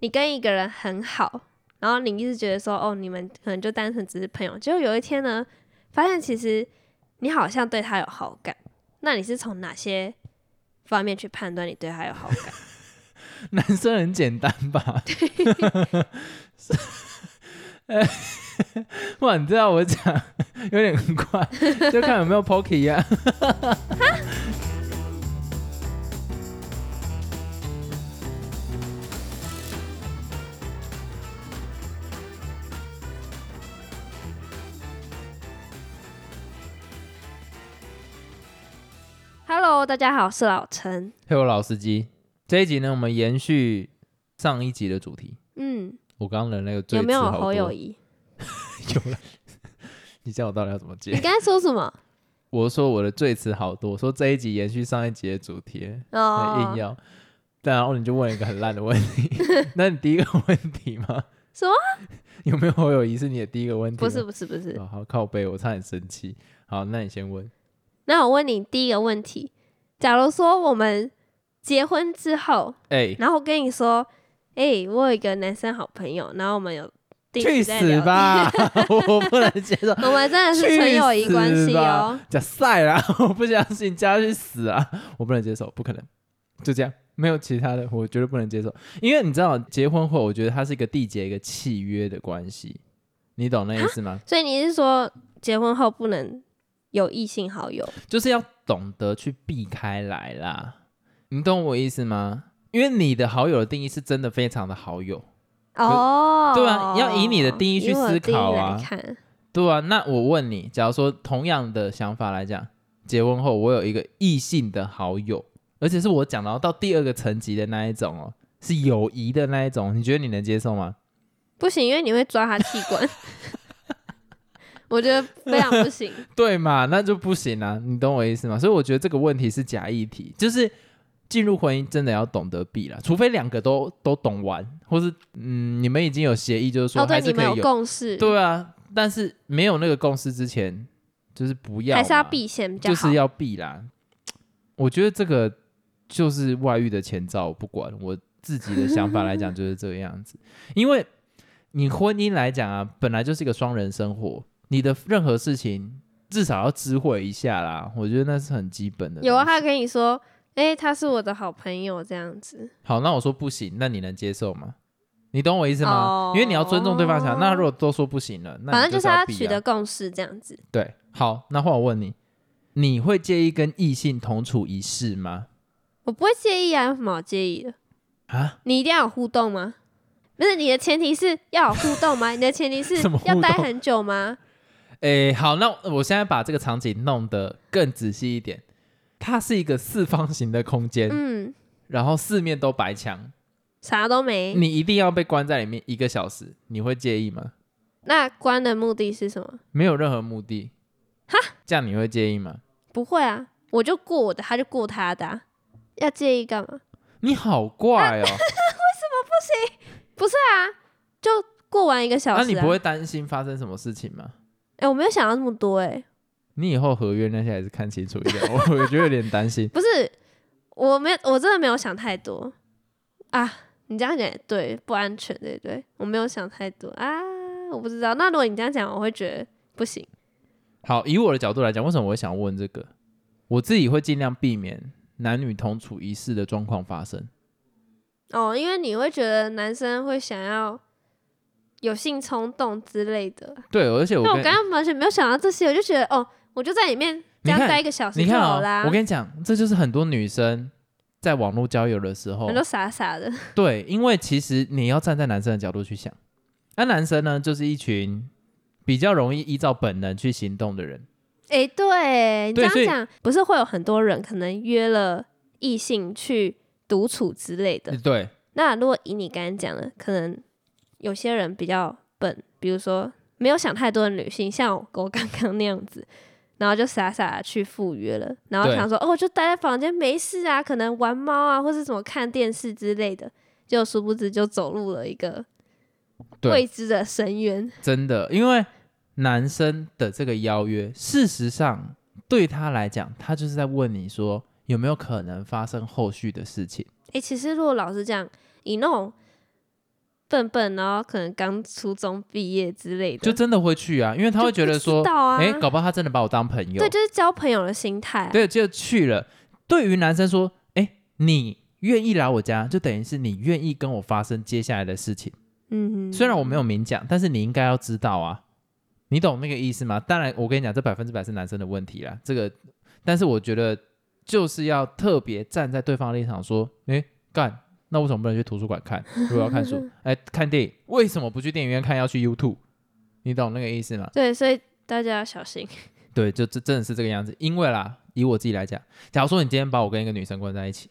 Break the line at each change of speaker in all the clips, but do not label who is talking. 你跟一个人很好，然后你一直觉得说哦，你们可能就单纯只是朋友，结果有一天呢，发现其实你好像对他有好感，那你是从哪些方面去判断你对他有好 感？
男生很简单吧？ 哎哇，你知道我讲有点快，就看有没有 Pocky 呀、
Hello，大家好，我是老陈。
嘿，我老司机，这一集呢，我们延续上一集的主题。
嗯，
我刚刚的那个最
有没有
词好
侯
多
友谊？
有了，你叫我到底要怎么
你
接？
刚才说什么？
我说我的最词好多，说这一集延续上一集的主题，那哎硬
哦，
要。啊然后你就问了一个很烂的问 题，那你第一个问题吗？
什么？
有没有侯友谊是你的第一个问题？
不是，不是不是。
哦，好靠背，我差点生气。好，那你先问。
那我问你第一个问题：假如说我们结婚之后，
哎、
然后跟你说，哎、我有一个男生好朋友，然后我们有定
去
期在聊
死 吧！我不能接受。
天，我们真的是纯友谊关系哦。
假赛啦！我不相信，加去死啊！我不能接受，不可能，就这样，没有其他的，我绝对不能接受。因为你知道，结婚后，我觉得它是一个缔结一个契约的关系，你懂那意思吗？
所以你是说结婚后不能有异性好友？
就是要懂得去避开来啦，你懂我意思吗？因为你的好友的定义是真的非常的好友，
哦，
对啊要以你的定义去
以我的
思
定义
考啊
来看，
对啊。那我问你，假如说同样的想法来讲，结婚后我有一个异性的好友，而且是我讲到到第二个层级的那一种哦，是友谊的那一种，你觉得你能接受吗？
不行，因为你会抓他器官。我觉得非常不行，
对嘛，那就不行啊，你懂我意思吗？所以我觉得这个问题是假议题，就是进入婚姻真的要懂得避了，除非两个都都懂玩，或是嗯，你们已经有协议， 就是说
哦，
还
对，
是
你
可
们
以
有共识，
对啊，但是没有那个共识之前，就是不要嘛，
还是要避嫌比较
啊就
好。
是要避啦。我觉得这个就是外遇的前兆，我不管我自己的想法来讲就是这个样子，因为你婚姻来讲啊，本来就是一个双人生活，你的任何事情至少要知会一下啦，我觉得那是很基本的。
有啊，，他跟你说，哎、他是我的好朋友这样子。
好，那我说不行，那你能接受吗？你懂我意思吗因为你要尊重对方想，
哦
那如果都说不行了，那
反
你
正就是是
要
要
避
取
啊
得共识这样子。
对，好，那换我问你，你会介意跟异性同处一室吗？
我不会介意啊，有什么好介意的？
啊，
你一定要有互动吗？不是你的前提是要有互 动吗？你的前提是
什么互
要
动
待很久吗？
诶，好，那我现在把这个场景弄得更仔细一点，它是一个四方形的空间，
嗯，
然后四面都白墙，
啥都没。
你一定要被关在里面一个小时，你会介意吗？
那关的目的是什么？
没有任何目的，哈，这样你会介意吗？
不会啊，我就过我的，他就过他的、啊，要介意干嘛？
你好怪哦，
不是啊，就过完一个
那、
小时、啊。
你不会担心发生什么事情吗？
哎、我没有想到那么多哎、
你以后合约那些还是看清楚一点，我我觉得有点担心。
不是，我没有，我真的没有想太多啊。你这样讲也对，不安全，对不对？我没有想太多啊，我不知道。那如果你这样讲，我会觉得不行。
好，以我的角度来讲，为什么我会想问这个？我自己会尽量避免男女同处一室的状况发生。
哦，因为你会觉得男生会想要有性冲动之类的。
对，而且我
那
跟
我刚刚完全没有想到这些，我就觉得哦，我就在里面这样
你看
待一个小时
你
就
看
好
啊、
啦。
我跟你讲，这就是很多女生在网络交友的时候
人，都傻傻的，
对，因为其实你要站在男生的角度去想，那、男生呢，就是一群比较容易依照本能去行动的人。
哎、对你这
对所以
样讲，不是会有很多人可能约了异性去独处之类的，
对，
那如果以你刚刚讲的，可能有些人比较笨，比如说没有想太多的女性，像我刚刚那样子，然后就傻傻的去赴约了，然后
对
想说哦，我就待在房间没事啊，可能玩猫啊，或是什么看电视之类的，就殊不知就走入了一个
对
未知的深渊。
真的，因为男生的这个邀约，事实上对他来讲，他就是在问你说有没有可能发生后续的事情。
诶，其实如果老实讲，以那种笨笨，然后可能刚初中毕业之类的，
就真的会去啊，因为他会觉得说
知，道啊，
哎、搞不好他真的把我当朋友
对，，就是交朋友的心态啊、
对，就去了。对于男生说，哎、你愿意来我家，就等于是你愿意跟我发生接下来的事情。
嗯哼，
虽然我没有明讲，但是你应该要知道啊，你懂那个意思吗？当然，我跟你讲，这百分之百是男生的问题啦。这个，但是我觉得就是要特别站在对方的立场说，诶，干，那为什么不能去图书馆看？如果要看书，哎、看电影，为什么不去电影院看，要去 YouTube？你懂那个意思吗？
对，所以大家要小心。
对，就这真的是这个样子。因为啦，以我自己来讲，假如说你今天把我跟一个女生关在一起，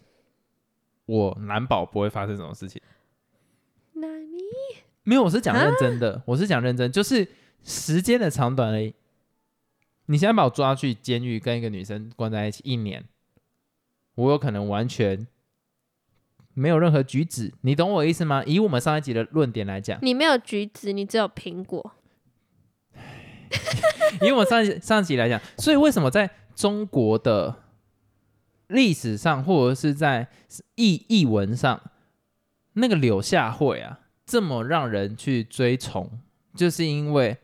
我难保不会发生这种事情。
那你
没有，我是讲认真的，我是讲认真，就是时间的长短而已。你现在把我抓去监狱，跟一个女生关在一起一年，我有可能完全没有任何举止，你懂我的意思吗？以我们上一集的论点来讲，
你没有橘子，你只有苹果。
以我们上一集上一集来讲，所以为什么在中国的历史上，或者是在译译文上，那个柳下惠啊，这么让人去追崇，就是因为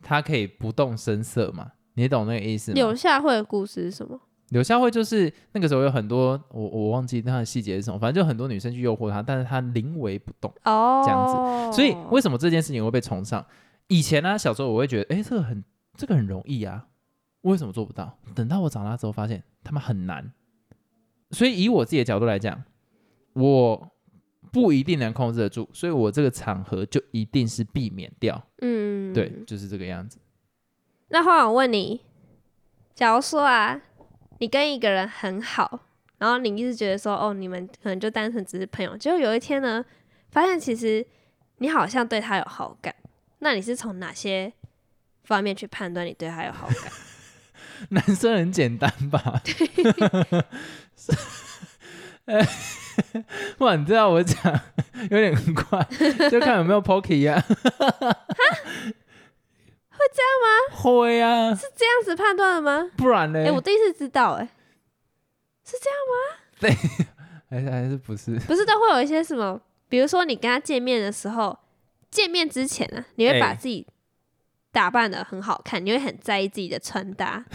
她可以不动声色嘛，你懂那个意思吗？
柳下惠的故事是什么？
柳下惠就是那个时候有很多我我忘记她的细节是什么，反正就很多女生去诱惑她，但是她临危不动。
哦，
这样子所以为什么这件事情会被崇尚？以前呢、小时候我会觉得，哎、这个很这个很容易啊，为什么做不到？等到我长大之后，发现他们很难。所以以我自己的角度来讲，我不一定能控制得住，所以我这个场合就一定是避免掉。
嗯，
对，就是这个样子。
那换我问你，假如说啊，你跟一个人很好，然后你一直觉得说，哦，你们可能就单纯只是朋友，结果有一天呢，发现其实你好像对他有好感，那你是从哪些方面去判断你对他有好感？
男生很简单吧？ 呃哇，你知道我讲有点快， 就看有没有 Pocky 呀、啊？会这样吗？会啊，
是这样子判断的吗？
不然呢？
哎、我第一次知道、哎，是这样吗？
还是还是不是？
不是都会有一些什么，比如说你跟他见面的时候，见面之前呢、啊，你会把
哎
自己打扮的很好看，你会很在意自己的穿搭。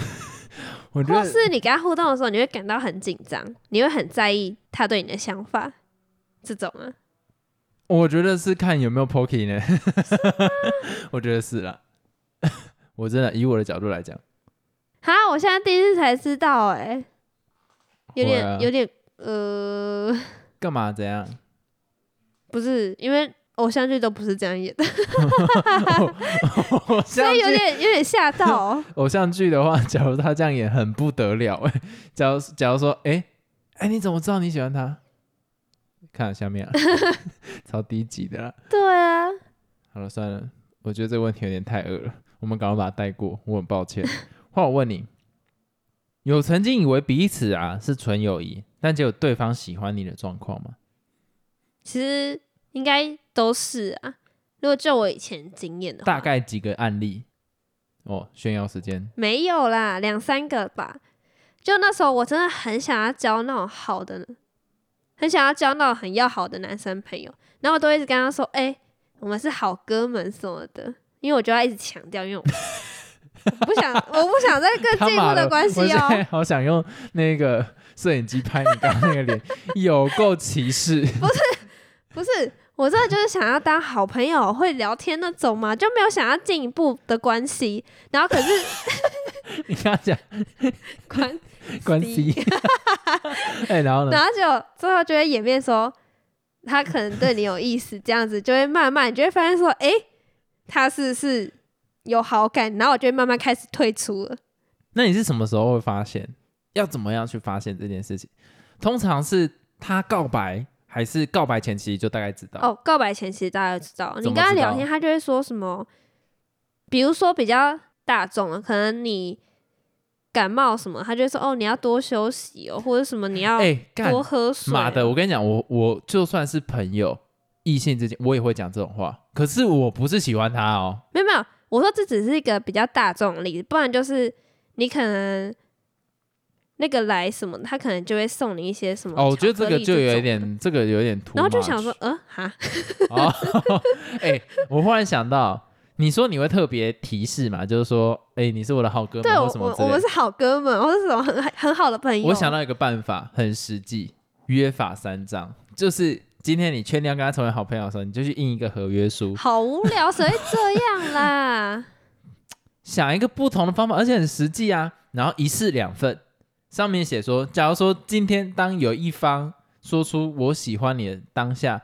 我觉
或
得
是你跟他互动的时候，你会感到很紧张，你会很在意他对你的想法，这种啊，
我觉得是看有没有 Pocky 呢。 我觉得是啦。 我真的以我的角度来讲，
哈，我现在第一次才知道、哎，有点、
会啊
有点呃，
干嘛怎样？
不是，因为偶像剧都不是这样演的，
偶像
所 以有
剧
点有点吓到、哦。
偶像剧的话，假如他这样演很不得了 哎。假如假如说，哎、哎、你怎么知道你喜欢他？看下面啊， 超低级的啦。
对啊，
好了，算了，我觉得这个问题有点太恶了，我们赶快把它带过。我很抱歉。换我问你，有曾经以为彼此啊是纯友谊，但结果对方喜欢你的状况吗？
其实应该都是啊。如果就我以前经验的话，
大概几个案例？哦，炫耀时间。
没有啦，两三个吧。就那时候，我真的很想要交那种好的，很想要交那种很要好的男生朋友，然后我都一直跟他说：“哎、我们是好哥们什么的。”因为我就要一直强调，因为我 我不想，我不想再更
他
进一
妈
步
的
的关
我
系
现
哦、
在好想用那个摄影机拍你刚刚那个脸，有够歧视。
不是，我真的就是想要当好朋友，会聊天那种嘛，就没有想要进一步的关系。然后可是
你刚刚讲
关
关系， 哎，然后呢？
然后就最后就会演变说，他可能对你有意思，这样子就会慢慢，你就会发现说，诶，他是是有好感，然后我就会慢慢开始退出了。
那你是什么时候会发现？要怎么样去发现这件事情？通常是他告白，还是告白前期就大概知道？
哦，告白前其实大家都知道，
怎
你
么
跟他
知
聊
道
天，他就会说什么，比如说比较大众的，可能你感冒什么，他就会说哦，你要多休息哦，或者什么你要
哎、干
多喝水、
妈的！我跟你讲，我我就算是朋友，异性之间我也会讲这种话。可是我不是喜欢他哦，
没有没有，我说这只是一个比较大众的例子，不然就是你可能那个来什么，他可能就会送你一些什么。
哦，我觉得这个就有一
一，
点，这个有一点突。
然后就想说，，呃，哈，
哦，哎、我忽然想到，你说你会特别提示嘛？就是说，哎、你是我的好哥
对
们，
我
或什么
我
之
我
类
们
的。
是好哥们， 或是什么很很好的朋友。
我想到一个办法，很实际，约法三章，就是今天你确定要跟他成为好朋友的时候，你就去印一个合约书，
好无聊，谁会这样 啦？
想一个不同的方法，而且很实际啊。然后一式两份，上面写说，假如说今天当有一方说出我喜欢你的当下，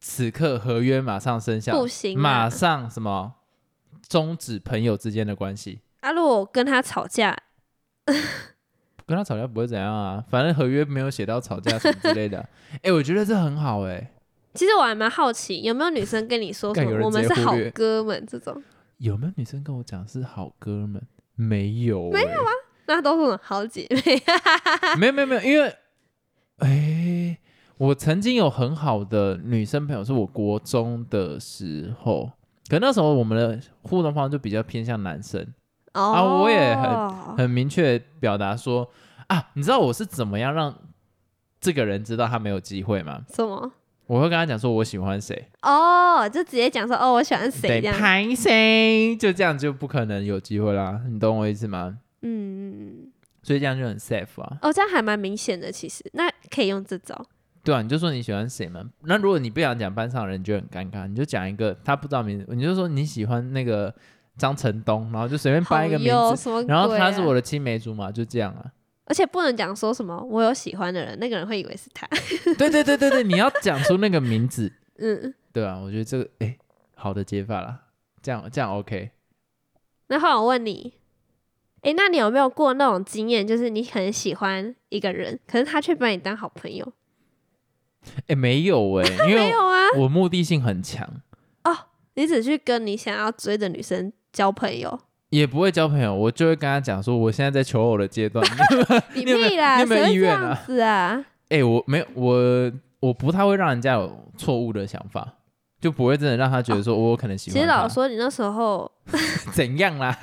此刻合约马上生效，
不行啊
马上什么终止朋友之间的关系。
啊，如果我跟他吵架，
跟他吵架不会怎样啊，反正合约没有写到吵架什么之类 的。哎、我觉得这很好哎、
其实我还蛮好奇，有没有女生跟你说什
干有
么
人
我们
直
是
接
好
忽略
哥们这种？
有没有女生跟我讲是好哥们？没有、没有啊，
那都是我们好姐妹。
没有没有没有，因为哎、我曾经有很好的女生朋友，是我国中的时候，可那时候我们的互动方式就比较偏向男生，
哦、
啊我也很明确表达说啊，你知道我是怎么样让这个人知道他没有机会吗？
什么？
我会跟他讲说我喜欢谁。
哦、就直接讲说哦，我喜欢谁
得
这样。
拍谁，就这样就不可能有机会啦，你懂我意思吗？
嗯，
所以这样就很 safe 啊。
哦，这样还蛮明显的，其实那可以用这招。
对啊，你就说你喜欢谁嘛。那如果你不想讲班上的人，你就很尴尬，你就讲一个他不知道名字，你就说你喜欢那个张成东，然后就随便
好
掰一个名
哟
字，
什么、鬼
然后他
啊
是我，的青梅竹马，就这样啊。
而且不能讲说什么我有喜欢的人，那个人会以为是他。
对对对对对，你要讲出那个名字，
嗯，
对啊，我觉得这个哎，好的解法啦，这样这样 OK。
那后来我问你，诶，那你有没有过那种经验，就是你很喜欢一个人，可是他却把你当好朋友？
哎，没有哎、
没
因为
有啊，
我目的性很强，
你只去跟你想要追的女生交朋 友，
也不会交朋友，我就会跟他讲说，我现在在求偶的阶段。
你
你有没有
屁啦，
你有没有
谁会这
意愿啊
样子啊？
哎、我没有，我我不太会让人家有错误的想法，就不会真的让他觉得说我有可能喜
其
欢
实
他。
老实说，你那时候
怎样啦？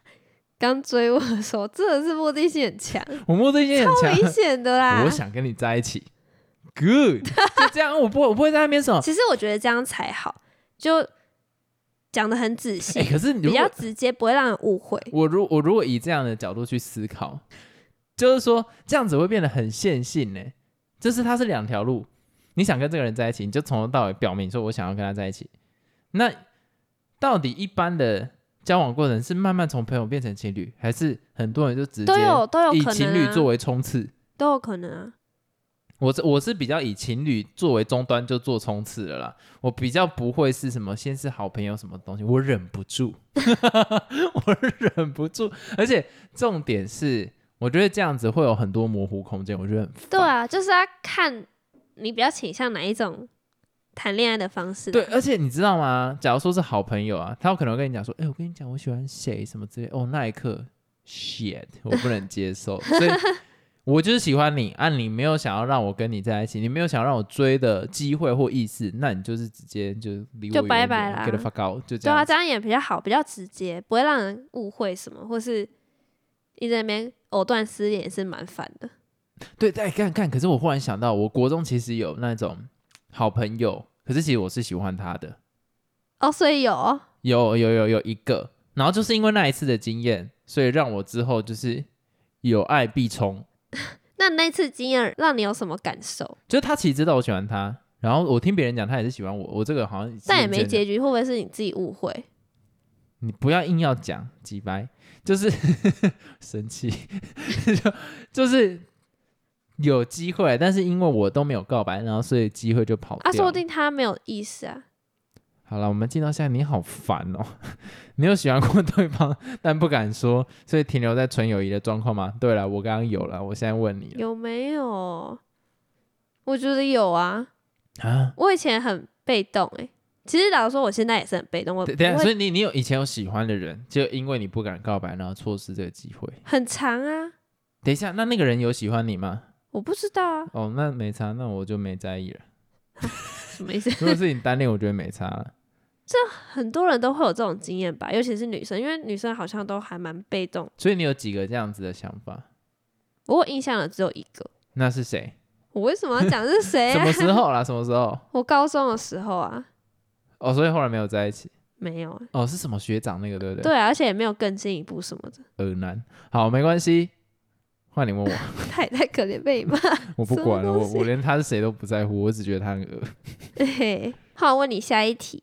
刚追我的时候，真的是目的性很强，
我目的性很
危
强，
险啊的啦。
我想跟你在一起。Good，就这样，我不会我不会在那边什 么。
其实我觉得这样才好，就讲的很仔细，
哎、可是你
比
如
较
果
直接，不会让人误会。
我如我如果以这样的角度去思考，就是说这样子会变得很线性呢、就是它是两条路，你想跟这个人在一起，你就从头到尾表明说我想要跟他在一起。那到底一般的交往过程是慢慢从朋友变成情侣，还是很多人就直接
都有都有
以
可
情
能、
侣
啊，
作为冲刺？
都有可能啊。
我是我是比较以情侣作为终端就做冲刺了啦，我比较不会是什么先是好朋友什么东西，我忍不住， 我忍不住，而且重点是，我觉得这样子会有很多模糊空间，我觉得很烦
对啊，就是要看你比较倾向哪一种谈恋爱的方式。
对，，而且你知道吗？假如说是好朋友啊，他有可能会跟你讲说，哎、我跟你讲，我喜欢谁什么之类，哦，那一刻，shit，我不能接受，所以我就是喜欢你啊，你没有想要让我跟你在一起，你没有想让我追的机会或意思，那你就是直接就离我
就
远
拜
一
拜
点
啦
，get the fuck out，就这
对啊，
样子。
这样也比较好，比较直接，不会让人误会什么，或是一直在那边藕断丝连也是蛮烦的。
对，再看看，可是我忽然想到，我国中其实有那种好朋友，可是其实我是喜欢他的，
哦，所以有哦
有有有有一个，然后就是因为那一次的经验，所以让我之后就是有爱必冲。
那那次经验让你有什么感受？
就是他其实知道我喜欢他，然后我听别人讲他也是喜欢我，我这个好像
但也没
结，
结局，会不会是你自己误会？啊
你不要硬要讲几白，就是 生气， 就就是有机会，但是因为我都没有告白，然后所以机会就跑
啊，
掉了。
说不定他没有意思啊。
好了，我们进到现在，你好烦哦、 你有喜欢过对方，但不敢说，所以停留在纯友谊的状况吗？对了，我刚刚有了，我现在问你了
有没有？我觉得有啊。
啊。
我以前很被动哎、其实老实说，我现在也是很被动，我不
对对，所
会
以你你有以前有喜欢的人，就因为你不敢告白，然后错失这个机会。
很长啊。
等一下，那那个人有喜欢你吗？
我不知道啊，
哦，那没差，那我就没在意了。
什么意思？
如果是你单恋，我觉得没差了。
很多人都会有这种经验吧，尤其是女生，因为女生好像都还蛮被动。
所以你有几个这样子的想法？
我有印象的只有一个。
那是谁？
我为什么要讲是谁、
什
啊？
么时候啦？什么时候？
我高中的时候啊，
哦，所以后来没有在一起。
没有啊。
哦，是什么学长那个，对不对？
对啊，而且也没有更进一步什么的，
耳男。好，没关系，换你问我，
太太可怜被你骂。
我不管了，
什么
我
东西
我连他是谁都不在乎，我只觉得他很恶。
嘿嘿，好，我问你下一题，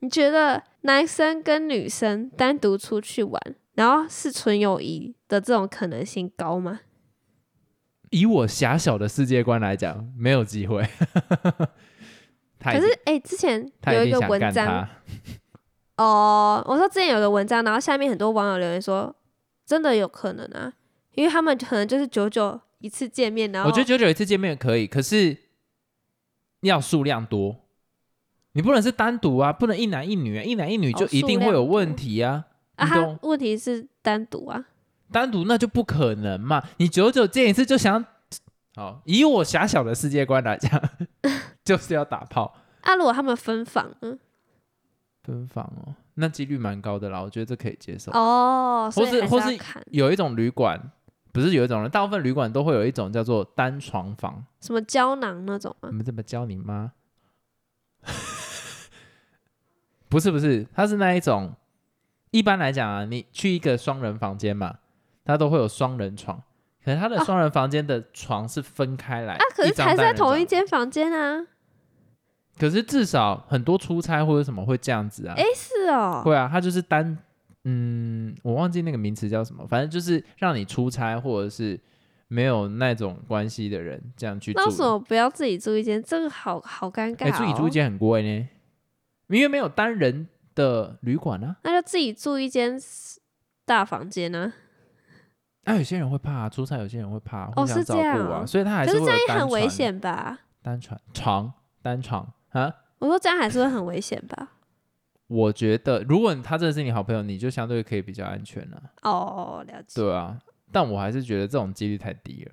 你觉得男生跟女生单独出去玩，然后是纯友谊的这种可能性高吗？
以我狭小的世界观来讲，没有机会。 他
可
一
是
定，
哎、欸之前
他
有
一
一个
定想
文
干
章
他。
哦，我说之前有个文章，然后下面很多网友留言说，真的有可能啊，因为他们可能就是久久一次见面，然后
我觉得九九一次见面可以，可是要数量多，你不能是单独啊，不能一男一女啊，一男一女
哦
就一定会
数量
有
多
问题啊。
啊，
你
他
懂？
问题是单独啊，
单独那就不可能嘛，你九九见一次就想，好，以我狭小的世界观来讲， 就是要打炮
啊，如果他们分房，嗯，
分房哦，那几率蛮高的啦，我觉得这可以接受。
哦，所以
或是
还
或
要
是
看
有一种旅馆，不是有一种人，大部分旅馆都会有一种叫做单床房。
什么胶囊那种啊吗
你？们怎么教你妈？不是不是，它是那一种，一般来讲啊，你去一个双人房间嘛，它都会有双人床，可是它的
哦
双人房间的床是分开来，
啊，可
一
是
张
还是
单
在
人
同一
床。
间房间啊。
可是至少很多出差或者什么会这样子啊，
哎、是哦，
会啊，它就是单，嗯，我忘记那个名词叫什么，反正就是让你出差或者是没有那种关系的人这样去住
那
的。
为什么不要自己住一间？这个好好尴尬、
哎、
哦。
自己住一间很贵呢，因为没有单人的旅馆啊。
那就自己住一间大房间呢、
啊，有些人会怕、啊，出差有些人会怕、互
哦
相
是
照
这
顾
样
啊，
哦
所以他还
可
是
是
会
这样
有
也
单
很危
床
险吧？
单床床单床啊。
我说这样还是会很危险吧？
我觉得，如果他真的是你好朋友，你就相对可以比较安全啊。
哦，了解。
对啊，但我还是觉得这种几率太低了。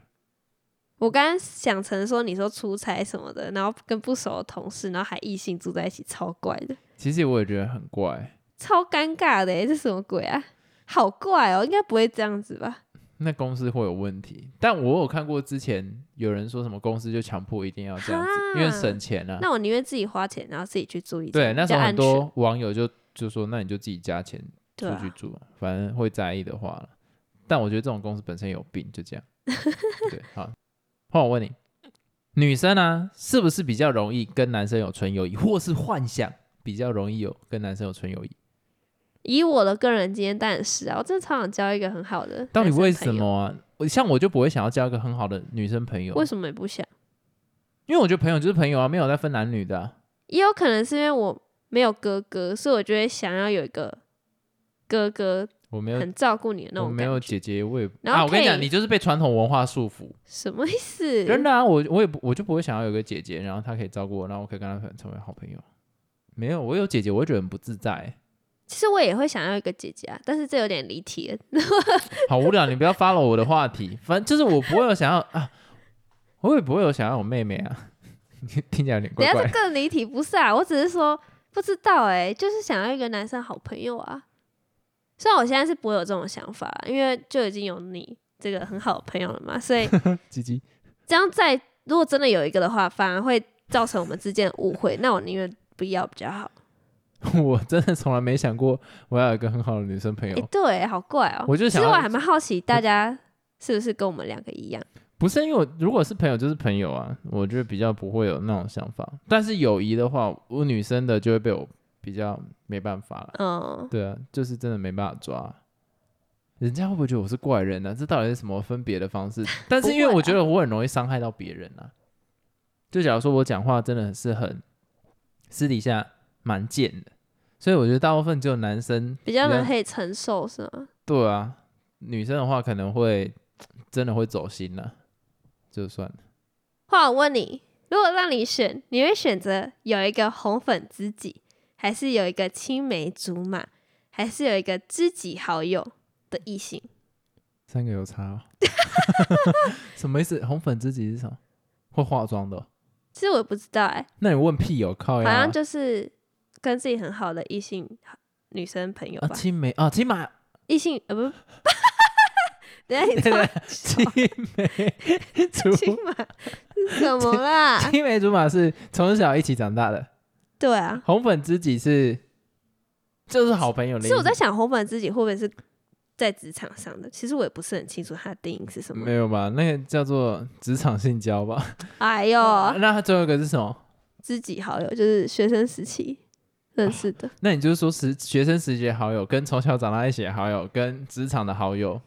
我刚刚想成说你说出差什么的，然后跟不熟的同事，然后还异性住在一起，超怪的，
其实我也觉得很怪。
超尴尬的欸，这什么鬼啊？好怪哦，应该不会这样子吧？
那公司会有问题，但我有看过之前有人说什么公司就强迫一定要这样子，因为
哈
省钱啊。
那我宁愿自己花钱，然后自己去住一间，
对，那
比
时
较
候
安
很
全
多网友就就说，那你就自己加钱
对
出去
啊，
住，反正会在意的话了。但我觉得这种公司本身有病，就 这样。对，好，换我问你，女生啊，是不是比较容易跟男生有纯友谊，或是幻想比较容易有跟男生有纯友谊？
以我的个人经验，当然是啊，我真的超想交一个很好的。
到底为什？么啊？我像我就不会想要交一个很好的女生朋友，啊
为什么也不想？
因为我觉得朋友就是朋友啊，没有在分男女的啊、
也有可能是因为我没有哥哥，所以我就会想要有一个哥哥
我没有，
很照顾你的那
我
种
没
感
有
觉。
姐姐，我也不
然后
啊，我跟你讲，
可以
你就是被传统文化束缚。
什么意思？
真的啊，我我也不我就不会想要有个姐姐，然后她可以照顾我，然后我可以跟她成为好朋友。没有，我有姐姐，我会觉得很不自在欸，
其实我也会想要一个姐姐啊，但是这有点离题了。
好无聊。你不要 follow 我的话题，反正就是我不会有想要啊，我也不会有想要有妹妹啊。 听起来有点
等
怪
一下
怪
这
的。
更离题，不是啊？我只是说不知道哎、就是想要一个男生好朋友啊。虽然我现在是不会有这种想法啊，因为就已经有你这个很好的朋友了嘛，所以
鸡鸡，
这样再如果真的有一个的话，反而会造成我们之间的误会。那我宁愿不要比较好。
我真的从来没想过我要有一个很好的女生朋
哎、
友，
对，好怪哦、
我就想
其实我
要
还蛮好奇大家是不是跟我们两个一样。
不是因为我如果是朋友就是朋友啊，我觉得比较不会有那种想法。但是友谊的话，我女生的就会被我比较没办法了。
嗯，
对啊，就是真的没办法抓。人家会不会觉得我是怪人呢、这到底是什么分别的方 式？但是因为
不会啊
我觉得我很容易伤害到别人啊。就假如说我讲话真的是很私底下蛮贱的，所以我觉得大部分只有男生
比较
比较
能可以承受是吗？
对啊，女生的话可能会真的会走心了、就算了。
话我问你，如果让你选，你会选择有一个红粉知己，还是有一个青梅竹马，还是有一个知己好友的异性？
三个有差、哦， 什么意思？红粉知己是什么？会化妆的哦、
其实我也不知道哎、
那你问屁有、靠呀、
好像就是跟自己很好的异性女生朋友
啊
吧，
青梅啊青马
异性呃不，哎，你
对
这
对， 青 梅竹
青马是什么啦？
青梅竹马是从小一起长大的，
对啊，
红粉知己是就是好朋友的意
所
思。
以我在想红粉知己会不会是在职场上的？其实我也不是很清楚它的定义是什么
没。有吧？那个叫做职场性交吧。
哎呦，
那它最后一个是什么？
知己好友就是学生时期认识的，
那你就是说时学生时期的好友，跟从小长大一起的好友，跟职场的 好友，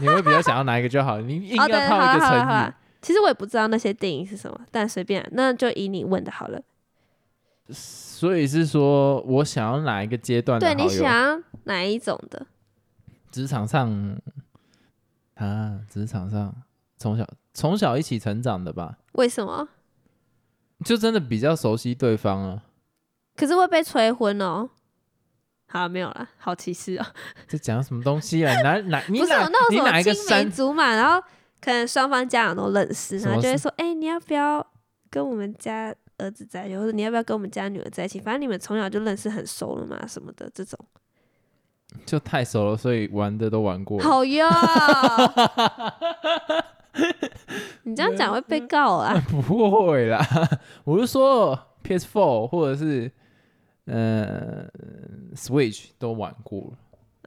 你会比较想要哪一个就好？你硬
哦，
要
对，好
套一
啦
个
好啦好
成
啦，其实我也不知道那些定义是什么，但随便啊、那就以你问的好了。
语，所以是说我想要哪一个阶段的好
对
友？
你想要哪一种的？
职场上啊，职场上从小从小一起成长的吧，
为什么？
就真的比较熟悉对方啊。
可是会被催婚哦。好，没有啦，好歧视哦。
这讲什么东西 啊？哪哪你
不是
哪
有那
你
种
哪一个
青梅
山
竹马，然后可能双方家长都认识，
什么
然后就会说：“哎、你要不要跟我们家儿子在一起，或者你要不要跟我们家女儿在一起？反正你们从小就认识，很熟了嘛，什么的这种。
就太熟了，所以玩的都玩”过了。
好 哟，你这样讲会被告啊！
不会啦， 我是说 PS4 或者是呃 Switch 都玩过了。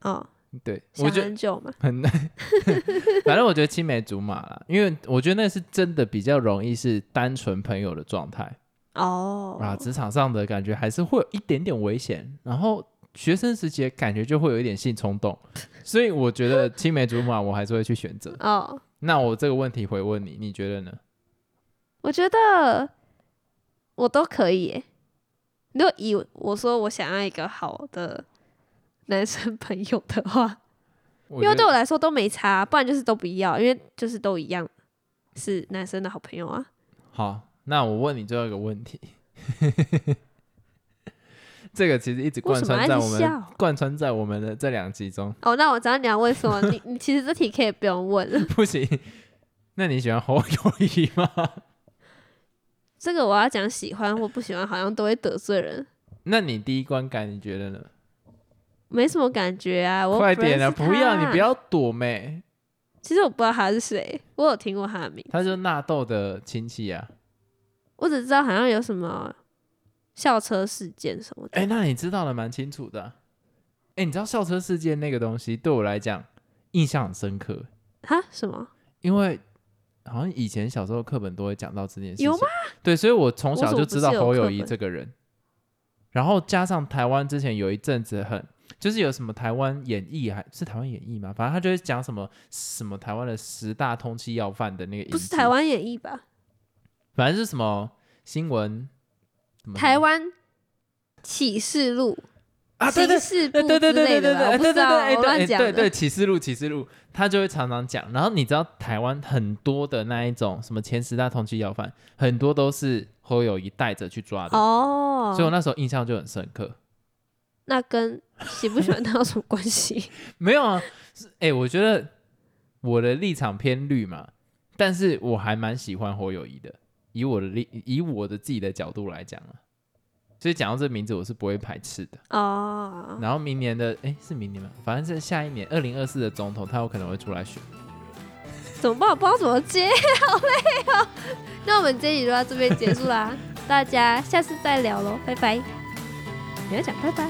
哦，
对，
想
嗯我觉得
很久嘛，
很 难，反正我觉得青梅竹马啦，因为我觉得那是真的比较容易是单纯朋友的状态
哦，
啊，职场上的感觉还是会有一点点危险，然后学生时期的感觉就会有一点性 冲动，所以我觉得青梅竹马我还是会去选择。
哦，
那我这个问题回问你，你觉得呢？
我觉得我都可以耶。如果以我说我想要一个好的男生朋友的话，
我
因
觉
为对我
得
来说都没差，啊不然就是都不要，因为就是都一样，是男生的好朋友啊。
好，那我问你最后一个问题， 这个其实一直
为
贯
什么
穿
要
在
一
我
直
们
笑？
贯穿在我们的这两集中，
哦，那我知道你要问什么。你你其实这题可以不用问了，
不行。那你喜欢侯友谊吗？
这个我要讲喜欢或不喜欢，好像都会得罪人，
那你第一观感你觉得呢？
没什么感觉啊。我又
快点
认
啊！
识他
不要你不。要躲妹，
其实我不知道他是谁，我有听过他的名，
他就是纳豆的亲戚啊。
我只知道好像有什么校车事件什么的。
哎、那你知道的蛮清楚的啊、哎、你知道校车事件那个东西对我来讲印象很深刻，
哈？什么？
因为好像以前小时候课本都会讲到这件事情，
有吗？
对，所以我从小就知道侯友
我怎么不是
谊
有课本
这个人，然后加上台湾之前有一阵子很，就是有什么台湾演艺还是台湾演艺嘛，反正他就会讲什么什么台湾的十大通缉要犯的那个，
不是台，湾演艺吧？
反正是什么新闻，什么
台湾启示录。
啊，对对
刑事
对
部
对对
之
对对
类
对
的
对，
吧，我不知道，
哎对对对，哎
我
对哎
乱讲
对对
的。
启示录启示录，他就会常常讲。然后你知道台湾很多的那一种什么前十大通缉要犯，很多都是侯友谊带着去抓的，
哦，
所以我那时候印象就很深刻。
那跟喜不喜欢他有什么关 系？
没有啊，是哎、我觉得我的立场偏绿嘛，但是我还蛮喜欢侯友谊的。以我的立以我的自己的角度来讲啊，所以讲到这名字我是不会排斥的。
哦，
然后明年的哎、是明年吗？反正是下一年二零二四的总统，他有可能会出来选。
怎么办？我不知道怎么接，好累哦。 那我们这一集就到这边结束啦，大家下次再聊喽，拜拜。你要讲拜拜，